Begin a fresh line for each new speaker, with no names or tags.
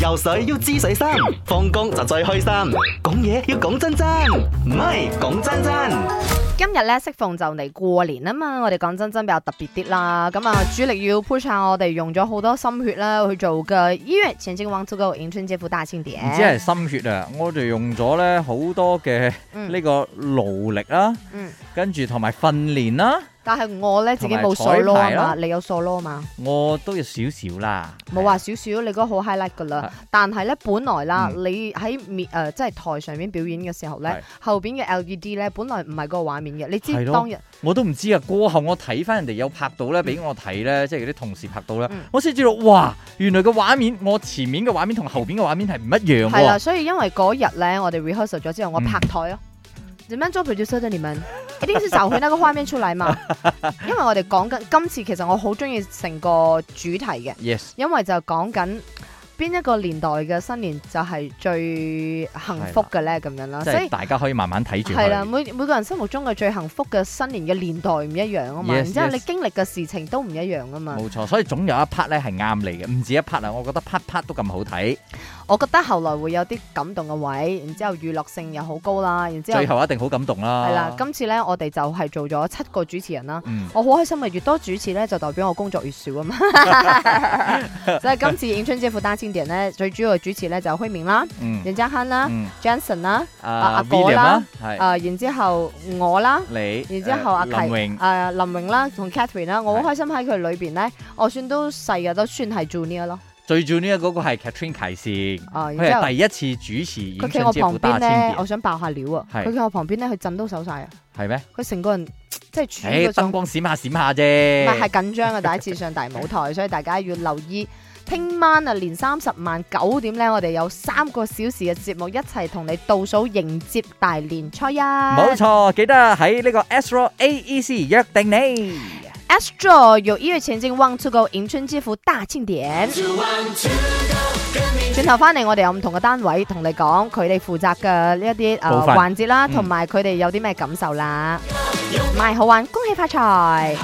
游水要知水深，放工就最開心。講嘢要講真真，唔係講真真。
今日咧，適逢就嚟過年啊嘛，我哋講真真比較特別啲啦。咁啊，主力要 push 下我哋用咗好多心血啦去做嘅醫院前進廣州嘅迎春節副大慶典。
唔止係心血啊，我哋用咗咧好多嘅
嗯
呢個勞力啦，
嗯，
跟住同埋訓練啦，
但係我咧自己冇
同埋
數咯啊
彩排啦
嘛，你有數咯啊嘛。
我都有少少啦。
冇啊話少少，你嗰個好 highlight 噶啦
係。
但係咧，本來啦，
嗯
你喺面誒即係台上面表演嘅時候咧
係，
後邊嘅 LED 咧，本來唔係個畫面嘅。你知
係咯
當日
我都唔知啊。過後我睇翻人哋有拍到咧，俾我睇咧，即係嗰啲同事拍到咧
嗯，
我先知道哇，原來個畫面我前面嘅畫面同後邊嘅畫面係唔一樣
係啦，
喎。
所以因為嗰日咧，我哋 rehearsal 咗之後，我
嗯
拍台咯。點樣做 producer 的你們？一定是找回那個畫面出嚟 嘛。因為我哋講緊今次，其實我好中意成個主題嘅，
Yes，
因為就講緊邊一個年代嘅新年就係最幸福嘅咧，咁樣啦。
即
啊所以
係大家可以慢慢睇住
係啦，
佢。
每每個人心目中嘅最幸福嘅新年嘅年代唔一樣啊嘛，
Yes,
然之後
yes.
你經歷嘅事情都唔一樣啊嘛。
冇錯，所以總有一 part 咧係啱你嘅，唔止一 part 啊！我覺得 part part 都咁好睇，
我覺得後來會有啲感動嘅位，然之後娛樂性又好高啦，然之後
最後一定好感動啦。
係啦，今次呢，我哋就係做咗七個主持人啦。
嗯
我好開心嘅，越多主持呢，就代表我工作越少啊嘛。 所以今次迎春節副單千點呢，最主要嘅主持呢，就係輝明啦、
嗯
任嘉亨啦、
嗯，
Johnson 啦、啊阿
阿
果
William
啦
啦，係。
啊，然之後我啦。
你，呃
然之後阿
誒
契
林
誒、林呃榮啦，同 Catherine 啦，我好
係
開心喺佢裏邊咧，我算都細嘅，都算係 junior 咯。
榮最重要嗰個係 Catherine 啟善，
啊，
佢
然之後
係第一次主持演
佢
唱
企我
節
旁
目
邊
打
咧
千，
我
遍，
想爆下料啊！
係
佢企我旁邊咧，佢震都手晒啊！
係咩？
佢成個人即係處於
誒
嗰種
燈，光閃下閃下
唔係係
啫，
緊張嘅第一次上大舞台，所以大家要留意。聽晚啊，年三十晚九點咧，我哋有三個小時嘅節目，一齊同你倒數迎接大年初一。
冇錯，記得喺呢個 Astro AEC 約定你。
Astro 有音樂前進 One to Go 迎春之父大慶典。轉頭翻嚟，我哋有唔同嘅單位同你講佢哋負責嘅呢一啲誒
部分
環節啦，
嗯
同埋佢哋有啲咩感受啦。賣好玩，恭喜發財！